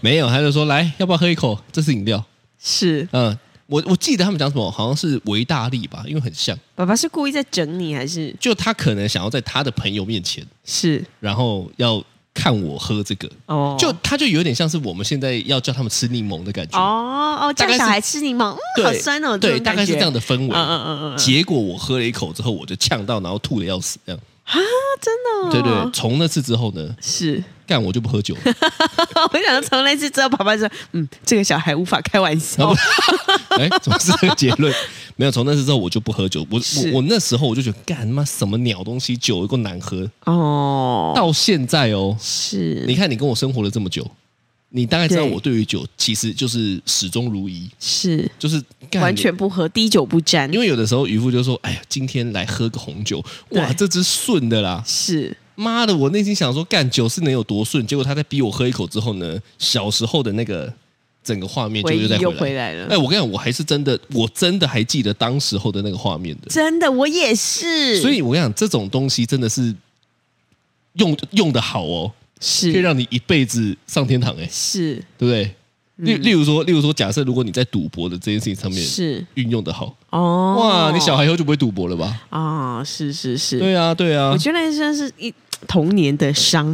[SPEAKER 3] 没有，他就说来，要不要喝一口？这是饮料。
[SPEAKER 2] 是，
[SPEAKER 3] 嗯，我我记得他们讲什么，好像是维大利吧，因为很像。
[SPEAKER 2] 爸爸是故意在整你还是
[SPEAKER 3] 就他可能想要在他的朋友面前，
[SPEAKER 2] 是？
[SPEAKER 3] 然后要看我喝这个，
[SPEAKER 2] 哦，
[SPEAKER 3] 就他就有点像是我们现在要叫他们吃柠檬的感觉。
[SPEAKER 2] 哦哦，
[SPEAKER 3] 大
[SPEAKER 2] 叫
[SPEAKER 3] 概是
[SPEAKER 2] 小孩吃柠檬，嗯，
[SPEAKER 3] 对，
[SPEAKER 2] 好酸哦，
[SPEAKER 3] 对，
[SPEAKER 2] 种
[SPEAKER 3] 大概是
[SPEAKER 2] 感觉
[SPEAKER 3] 这样的氛围。
[SPEAKER 2] 嗯嗯嗯嗯嗯，
[SPEAKER 3] 结果我喝了一口之后，我就呛到，然后吐的要死，这样。
[SPEAKER 2] 真的
[SPEAKER 3] 对
[SPEAKER 2] 哦，
[SPEAKER 3] 对，从那次之后呢，
[SPEAKER 2] 是。 [LAUGHS]
[SPEAKER 3] 干我就不喝酒了，
[SPEAKER 2] 哦我想从那次之后，爸爸说：“嗯，这个小孩无法开玩笑。
[SPEAKER 3] [LAUGHS] 哎，怎么是这个结论？没有，从那次之后我就不喝酒。我
[SPEAKER 2] 是
[SPEAKER 3] 我我那时候我就觉得，干他妈什么鸟东西，酒有够难喝。”
[SPEAKER 2] 哦，
[SPEAKER 3] 到现在哦，你
[SPEAKER 2] 是
[SPEAKER 3] 看你跟我生活了这么久，你大概知道
[SPEAKER 2] 对
[SPEAKER 3] 我对于酒其实就是始终如一，
[SPEAKER 2] 是，
[SPEAKER 3] 就是干
[SPEAKER 2] 完全不喝，滴酒不沾
[SPEAKER 3] 因。为有的时候渔夫就说：“哎呀，今天来喝个红酒，哇，
[SPEAKER 2] 对
[SPEAKER 3] 这只顺的啦。”
[SPEAKER 2] 是
[SPEAKER 3] 妈的，我内心想说，干酒是能有多顺？结果他在逼我喝一口之后呢，小时候的那个整个画面就
[SPEAKER 2] 回
[SPEAKER 3] 又
[SPEAKER 2] 忆
[SPEAKER 3] 再
[SPEAKER 2] 又
[SPEAKER 3] 回
[SPEAKER 2] 回
[SPEAKER 3] 来。
[SPEAKER 2] 来了
[SPEAKER 3] 哎，。我跟你讲，我还是真的，我真的还记得当时候的那个画面的。
[SPEAKER 2] 真的，我也是。
[SPEAKER 3] 所以我跟你讲，这种东西真的是用用的好哦，可以
[SPEAKER 2] 是
[SPEAKER 3] 让你一辈子上天堂哎、
[SPEAKER 2] 是
[SPEAKER 3] 对不对？例例如说，例如说，假设如果你在赌博的这件事情上面
[SPEAKER 2] 嗯是
[SPEAKER 3] 运用的好，
[SPEAKER 2] 哦，
[SPEAKER 3] 哇，你小孩以后就不会赌博了吧？
[SPEAKER 2] 啊，是是是，
[SPEAKER 3] 对啊，对啊
[SPEAKER 2] 我，觉得算是一童年的伤。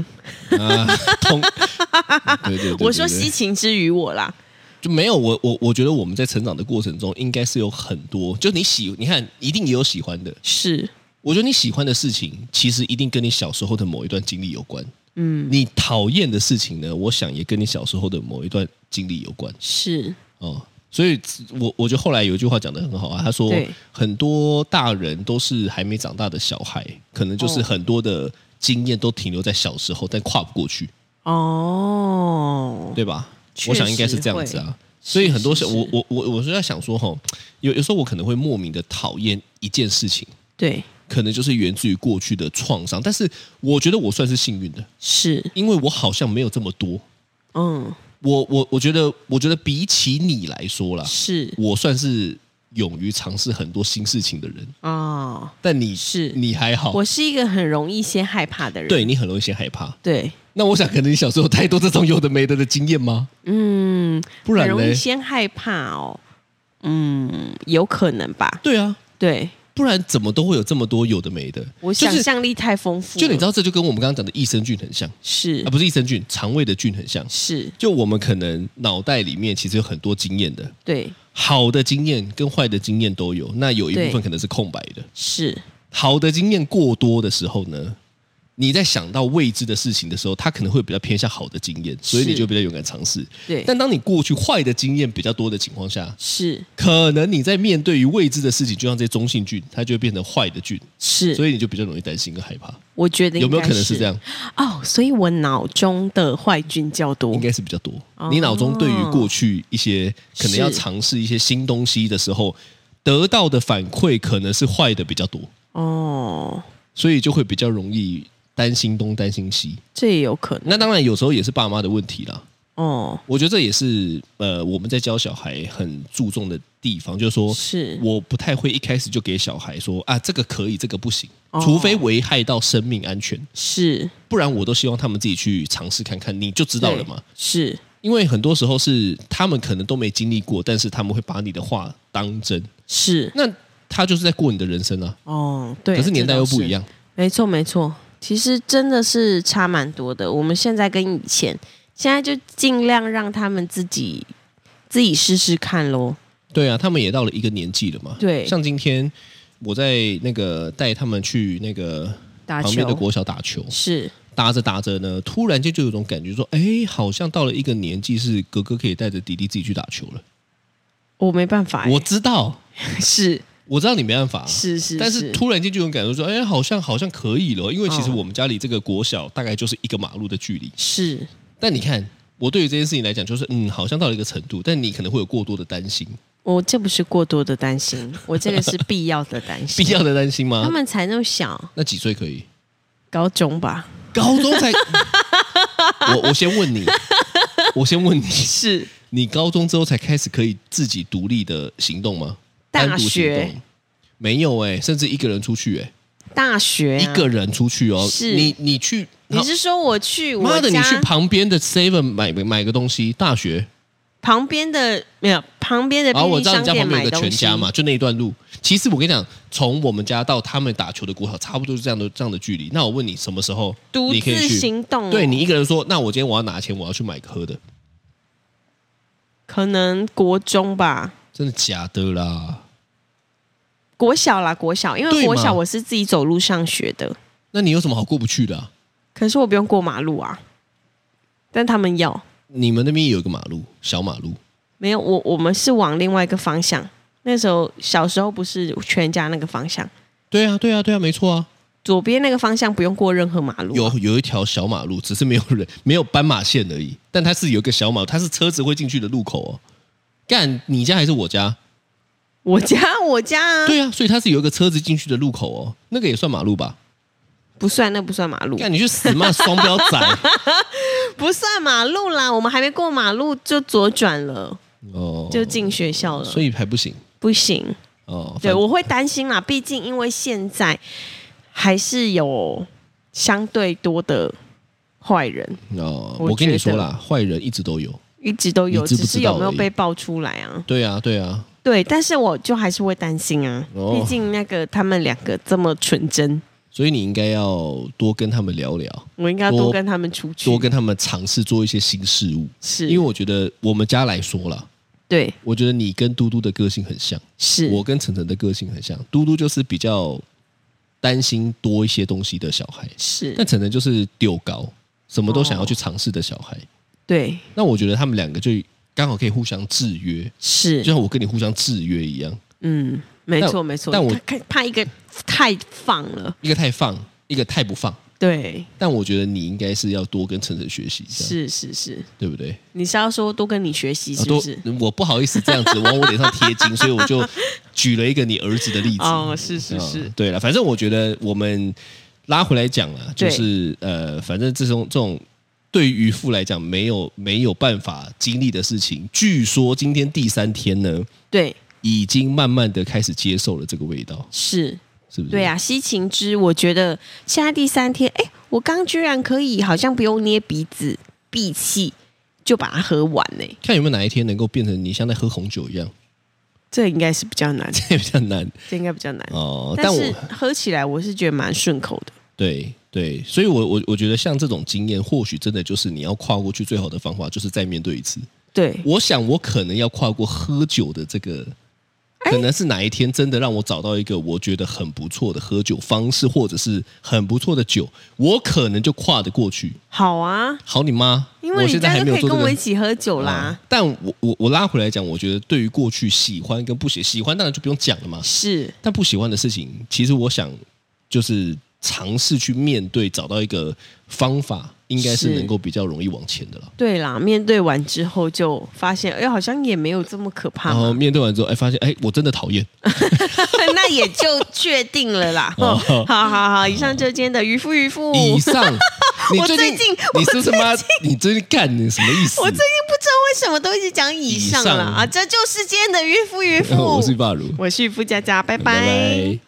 [SPEAKER 3] 啊，
[SPEAKER 2] [LAUGHS]
[SPEAKER 3] 痛。对对对对对
[SPEAKER 2] 我说西芹之于我啦，
[SPEAKER 3] 就没有我我我觉得我们在成长的过程中，应该是有很多，就你喜你看一定也有喜欢的。
[SPEAKER 2] 是
[SPEAKER 3] 我觉得你喜欢的事情，其实一定跟你小时候的某一段经历有关。嗯，你讨厌的事情呢，我想也跟你小时候的某一段经历有关
[SPEAKER 2] 是
[SPEAKER 3] 哦。所以我我觉得后来有一句话讲的很好啊，他说
[SPEAKER 2] 对
[SPEAKER 3] 很多大人都是还没长大的小孩，可能就是
[SPEAKER 2] 哦
[SPEAKER 3] 很多的经验都停留在小时候，但跨不过去。
[SPEAKER 2] 哦，
[SPEAKER 3] 对吧？
[SPEAKER 2] 确
[SPEAKER 3] 我想应该是这样子啊。所以很多时候，
[SPEAKER 2] 是
[SPEAKER 3] 我
[SPEAKER 2] 是
[SPEAKER 3] 我我我是在想说，吼，有有时候我可能会莫名的讨厌一件事情，
[SPEAKER 2] 对，
[SPEAKER 3] 可能就是源自于过去的创伤。但是我觉得我算是幸运的，
[SPEAKER 2] 是
[SPEAKER 3] 因为我好像没有这么多。
[SPEAKER 2] 嗯
[SPEAKER 3] 我我我觉得，我觉得比起你来说啦，
[SPEAKER 2] 是
[SPEAKER 3] 我算是勇于尝试很多新事情的人。
[SPEAKER 2] 啊，
[SPEAKER 3] 但你
[SPEAKER 2] 是
[SPEAKER 3] 你还好，
[SPEAKER 2] 我是一个很容易先害怕的人。
[SPEAKER 3] 对你很容易先害怕。
[SPEAKER 2] 对，
[SPEAKER 3] 那我想，可能你小时候有太多这种有的没的的经验吗？
[SPEAKER 2] 嗯，
[SPEAKER 3] 不然
[SPEAKER 2] 很容易
[SPEAKER 3] 呢？
[SPEAKER 2] 先害怕哦。嗯，有可能吧。
[SPEAKER 3] 对啊，
[SPEAKER 2] 对
[SPEAKER 3] 不然怎么都会有这么多有的没的？
[SPEAKER 2] 我
[SPEAKER 3] 就
[SPEAKER 2] 想
[SPEAKER 3] 是
[SPEAKER 2] 象力太丰富了，
[SPEAKER 3] 就你知道，这就跟我们刚刚讲的益生菌很像
[SPEAKER 2] 是
[SPEAKER 3] 啊，不是益生菌，肠胃的菌很像。
[SPEAKER 2] 是，
[SPEAKER 3] 就我们可能脑袋里面其实有很多经验的，
[SPEAKER 2] 对
[SPEAKER 3] 好的经验跟坏的经验都有。那有一部分
[SPEAKER 2] 对
[SPEAKER 3] 可能是空白的。
[SPEAKER 2] 是
[SPEAKER 3] 好的经验过多的时候呢，你在想到未知的事情的时候，它可能会比较偏向好的经验，所以
[SPEAKER 2] 是
[SPEAKER 3] 你就比较勇敢尝试。
[SPEAKER 2] 对
[SPEAKER 3] 但当你过去坏的经验比较多的情况下，
[SPEAKER 2] 是
[SPEAKER 3] 可能你在面对于未知的事情，就像这些中性菌，它就会变成坏的菌，
[SPEAKER 2] 是，
[SPEAKER 3] 所以你就比较容易担心跟害怕。
[SPEAKER 2] 我觉得
[SPEAKER 3] 有没有
[SPEAKER 2] 应该
[SPEAKER 3] 可能是这样？
[SPEAKER 2] 哦？所以我脑中的坏菌较多哦
[SPEAKER 3] 应，该是比较多。你脑中对于过去一些可能要尝试一些新东西的时候，得到的反馈可能是坏的比较多，
[SPEAKER 2] 哦，
[SPEAKER 3] 所以就会比较容易担心东担心西。
[SPEAKER 2] 这也有可能
[SPEAKER 3] 那当然有时候也是爸妈的问题啦。
[SPEAKER 2] 哦，
[SPEAKER 3] 我觉得这也是呃我们在教小孩很注重的地方，就是说
[SPEAKER 2] 是
[SPEAKER 3] 我不太会一开始就给小孩说啊这个可以，这个不行，
[SPEAKER 2] 哦
[SPEAKER 3] 除非危害到生命安全，
[SPEAKER 2] 是
[SPEAKER 3] 不然我都希望他们自己去尝试看看，你就知道了
[SPEAKER 2] 对
[SPEAKER 3] 嘛。
[SPEAKER 2] 是
[SPEAKER 3] 因为很多时候是他们可能都没经历过，但是他们会把你的话当真。
[SPEAKER 2] 是
[SPEAKER 3] 那他就是在过你的人生啊，
[SPEAKER 2] 哦，对，
[SPEAKER 3] 可是年代
[SPEAKER 2] 这
[SPEAKER 3] 又
[SPEAKER 2] 倒
[SPEAKER 3] 不一样。
[SPEAKER 2] 没错，没错，其实真的是差蛮多的。我们现在跟以前，现在就尽量让他们自己自己试试看咯。
[SPEAKER 3] 对啊，他们也到了一个年纪了嘛。
[SPEAKER 2] 对
[SPEAKER 3] 像今天我在那个带他们去那个
[SPEAKER 2] 打
[SPEAKER 3] 旁边的
[SPEAKER 2] 球
[SPEAKER 3] 国小打球，
[SPEAKER 2] 是
[SPEAKER 3] 打着打着呢，突然间就有种感觉说，哎，好像到了一个年纪，是哥哥可以带着弟弟自己去打球了。
[SPEAKER 2] 我没办法欸、
[SPEAKER 3] 我知道，
[SPEAKER 2] [LAUGHS] 是
[SPEAKER 3] 我知道你没办法、啊。
[SPEAKER 2] 是是，
[SPEAKER 3] 但是突然间就有种感觉说，哎，好像好像可以了，因为其实
[SPEAKER 2] 哦
[SPEAKER 3] 我们家离这个国小大概就是一个马路的距离，
[SPEAKER 2] 是
[SPEAKER 3] 但你看，我对于这件事情来讲，就是嗯，好像到了一个程度，但你可能会有过多的担心，
[SPEAKER 2] 我这不是过多的担心，
[SPEAKER 3] [LAUGHS]
[SPEAKER 2] 我这个是必要的担心。
[SPEAKER 3] 必要的担心吗
[SPEAKER 2] 他？们才那么小，
[SPEAKER 3] 那几岁可以？
[SPEAKER 2] 高中吧？
[SPEAKER 3] 高中
[SPEAKER 2] [LAUGHS]
[SPEAKER 3] 才，我我先问你，我先问你，
[SPEAKER 2] 是
[SPEAKER 3] 你高中之后才开始可以自己独立的行动吗？
[SPEAKER 2] 大
[SPEAKER 3] 单独行
[SPEAKER 2] 学
[SPEAKER 3] 动没有哎、甚至一个人出去哎、
[SPEAKER 2] 大学、啊、
[SPEAKER 3] 一个人出去哦，
[SPEAKER 2] 是
[SPEAKER 3] 你你去，
[SPEAKER 2] 你是说我去我
[SPEAKER 3] 妈的，你
[SPEAKER 2] 家
[SPEAKER 3] 去旁边的 Seven 买买个东西，大学，
[SPEAKER 2] 旁边的没有旁边的
[SPEAKER 3] 然后
[SPEAKER 2] 便
[SPEAKER 3] 我
[SPEAKER 2] 利
[SPEAKER 3] 知道
[SPEAKER 2] 商
[SPEAKER 3] 你家
[SPEAKER 2] 店
[SPEAKER 3] 旁边
[SPEAKER 2] 买
[SPEAKER 3] 有个
[SPEAKER 2] 东
[SPEAKER 3] 全
[SPEAKER 2] 西
[SPEAKER 3] 家嘛，就那一段路。其实我跟你讲，从我们家到他们打球的国小，差不多是这样的这样的距离。那我问你，什么时候
[SPEAKER 2] 独
[SPEAKER 3] 你可以
[SPEAKER 2] 自
[SPEAKER 3] 去？
[SPEAKER 2] 行动哦、
[SPEAKER 3] 对你一个人说，那我今天我要拿钱，我要去买喝的，
[SPEAKER 2] 可能国中吧，
[SPEAKER 3] 真的假的啦？
[SPEAKER 2] 国小啦，国小，因
[SPEAKER 3] 对嘛
[SPEAKER 2] 为国小我是自己走路上学的，
[SPEAKER 3] 那你有什么好过不去的、啊？
[SPEAKER 2] 可是我不用过马路啊，但他们要
[SPEAKER 3] 你们那边有一个马路，小马路，
[SPEAKER 2] 没有我，我们是往另外一个方向。那时候小时候不是全家那个方向，
[SPEAKER 3] 对啊，对啊，对啊，没错啊，
[SPEAKER 2] 左边那个方向不用过任何马路啊、
[SPEAKER 3] 有有一条小马路，只是没有人，没有斑马线而已。但它是有一个小马路，它是车子会进去的路口哦。干，你家还是我
[SPEAKER 2] 啊
[SPEAKER 3] 家？
[SPEAKER 2] 我家我家啊，
[SPEAKER 3] 对啊，所以它是有一个车子进去的路口哦，那个也算马路吧？
[SPEAKER 2] 不算那不算马路，
[SPEAKER 3] 干，你去死嘛，双标仔！
[SPEAKER 2] 不算马路啦，我们还没过马路就左转了，
[SPEAKER 3] [LAUGHS] 哦，
[SPEAKER 2] 就进学校了，
[SPEAKER 3] 所以还不行
[SPEAKER 2] 不行。
[SPEAKER 3] 哦。
[SPEAKER 2] 对，
[SPEAKER 3] 反
[SPEAKER 2] 我会担心啦，毕竟因为现在还是有相对多的坏人，
[SPEAKER 3] 哦，
[SPEAKER 2] 我
[SPEAKER 3] 我跟你
[SPEAKER 2] 觉
[SPEAKER 3] 说
[SPEAKER 2] 得
[SPEAKER 3] 啦，坏人一直都有。
[SPEAKER 2] 一直都有，
[SPEAKER 3] 你知不
[SPEAKER 2] 只是
[SPEAKER 3] 知道
[SPEAKER 2] 有没有
[SPEAKER 3] 而已
[SPEAKER 2] 被爆出来啊？
[SPEAKER 3] 对啊，对啊，
[SPEAKER 2] 对，但是我就还是会担心啊，
[SPEAKER 3] 哦
[SPEAKER 2] 毕竟那个他们两个这么纯真，
[SPEAKER 3] 所以你应该要多跟他们聊聊，
[SPEAKER 2] 我应该要
[SPEAKER 3] 多
[SPEAKER 2] 多跟他们出去，
[SPEAKER 3] 多跟他们尝试做一些新事物。
[SPEAKER 2] 是，
[SPEAKER 3] 因为我觉得我们家来说啦，
[SPEAKER 2] 对
[SPEAKER 3] 我觉得你跟嘟嘟的个性很像，
[SPEAKER 2] 是
[SPEAKER 3] 我跟晨晨的个性很像。嘟嘟就是比较担心多一些东西的小孩，
[SPEAKER 2] 是哦
[SPEAKER 3] 但晨晨就是丢高，什么都想要去尝试的小孩。
[SPEAKER 2] 对
[SPEAKER 3] 那我觉得他们两个就刚好可以互相制约，
[SPEAKER 2] 是
[SPEAKER 3] 就，像我跟你互相制约一样，
[SPEAKER 2] 嗯，没
[SPEAKER 3] 但
[SPEAKER 2] 错没错，
[SPEAKER 3] 但我
[SPEAKER 2] 怕怕一个太放了，
[SPEAKER 3] 一个太放，一个太不放。
[SPEAKER 2] 对，
[SPEAKER 3] 但我觉得你应该是要多跟晨晨学习，这样
[SPEAKER 2] 是是是，
[SPEAKER 3] 对不对？
[SPEAKER 2] 你是要说多跟你学习
[SPEAKER 3] 啊
[SPEAKER 2] 是不是？
[SPEAKER 3] 多我不好意思这样子往我脸上贴金，所以我就举了一个你儿子的例子。
[SPEAKER 2] 哦，是是是，
[SPEAKER 3] 嗯对了，反正我觉得我们拉回来讲啊，就
[SPEAKER 2] 对
[SPEAKER 3] 是呃，反正这种这种对于渔夫来讲没有没有办法经历的事情，据说今天第三天呢，
[SPEAKER 2] 对，
[SPEAKER 3] 已经慢慢的开始接受了这个味道，
[SPEAKER 2] 是
[SPEAKER 3] 是不是？
[SPEAKER 2] 对啊，西芹汁，我觉得现在第三天，哎，我刚居然可以，好像不用捏鼻子闭气就把它喝完呢，
[SPEAKER 3] 看有没有哪一天能够变成你像在喝红酒一样，
[SPEAKER 2] 这应该是比较难，
[SPEAKER 3] [LAUGHS] 这比较难
[SPEAKER 2] 这应该比较难。
[SPEAKER 3] 哦。
[SPEAKER 2] 但
[SPEAKER 3] 我
[SPEAKER 2] 是喝起来我是觉得蛮顺口的，
[SPEAKER 3] 对对，所以我我我觉得像这种经验，或许真的就是你要跨过去最好的方法，就是再面对一次。
[SPEAKER 2] 对，
[SPEAKER 3] 我想我可能要跨过喝酒的这个，
[SPEAKER 2] 哎
[SPEAKER 3] 可能是哪一天真的让我找到一个我觉得很不错的喝酒方式，或者是很不错的酒，我可能就跨得过去。
[SPEAKER 2] 好啊，
[SPEAKER 3] 好你妈，
[SPEAKER 2] 因为
[SPEAKER 3] 我
[SPEAKER 2] 你
[SPEAKER 3] 现在
[SPEAKER 2] 家
[SPEAKER 3] 还
[SPEAKER 2] 就
[SPEAKER 3] 没有
[SPEAKER 2] 可以
[SPEAKER 3] 做
[SPEAKER 2] 跟
[SPEAKER 3] 这
[SPEAKER 2] 我
[SPEAKER 3] 个
[SPEAKER 2] 一。起喝酒啦
[SPEAKER 3] 啊，但我我我拉回来讲，我觉得对于过去喜欢跟不喜喜欢，当然就不用讲了嘛。
[SPEAKER 2] 是
[SPEAKER 3] 但不喜欢的事情，其实我想就是尝试去面对，找到一个方法，应该是
[SPEAKER 2] 是
[SPEAKER 3] 能够比较容易往前的了。
[SPEAKER 2] 对啦，面对完之后就发现，哎，好像也没有这么可怕
[SPEAKER 3] 然
[SPEAKER 2] 嘛，
[SPEAKER 3] 后面对完之后，哎，发现哎，我真的讨厌。
[SPEAKER 2] [LAUGHS] 那也就确定了啦。
[SPEAKER 3] [LAUGHS] 哦
[SPEAKER 2] 哦 [LAUGHS] 好好好，以上就是今天的渔夫渔夫，
[SPEAKER 3] 以
[SPEAKER 2] [LAUGHS]
[SPEAKER 3] 上，你
[SPEAKER 2] 哦我
[SPEAKER 3] 最
[SPEAKER 2] 最近
[SPEAKER 3] 你是不是妈？你最近干你什么意思？
[SPEAKER 2] 我最近不知道为什么都一直讲以上
[SPEAKER 3] 以
[SPEAKER 2] 了
[SPEAKER 3] 上
[SPEAKER 2] 啊，这就是今天的渔夫渔夫，
[SPEAKER 3] [LAUGHS] 我是霸如，
[SPEAKER 2] 我是渔夫佳佳，拜
[SPEAKER 3] 拜
[SPEAKER 2] 拜
[SPEAKER 3] 拜。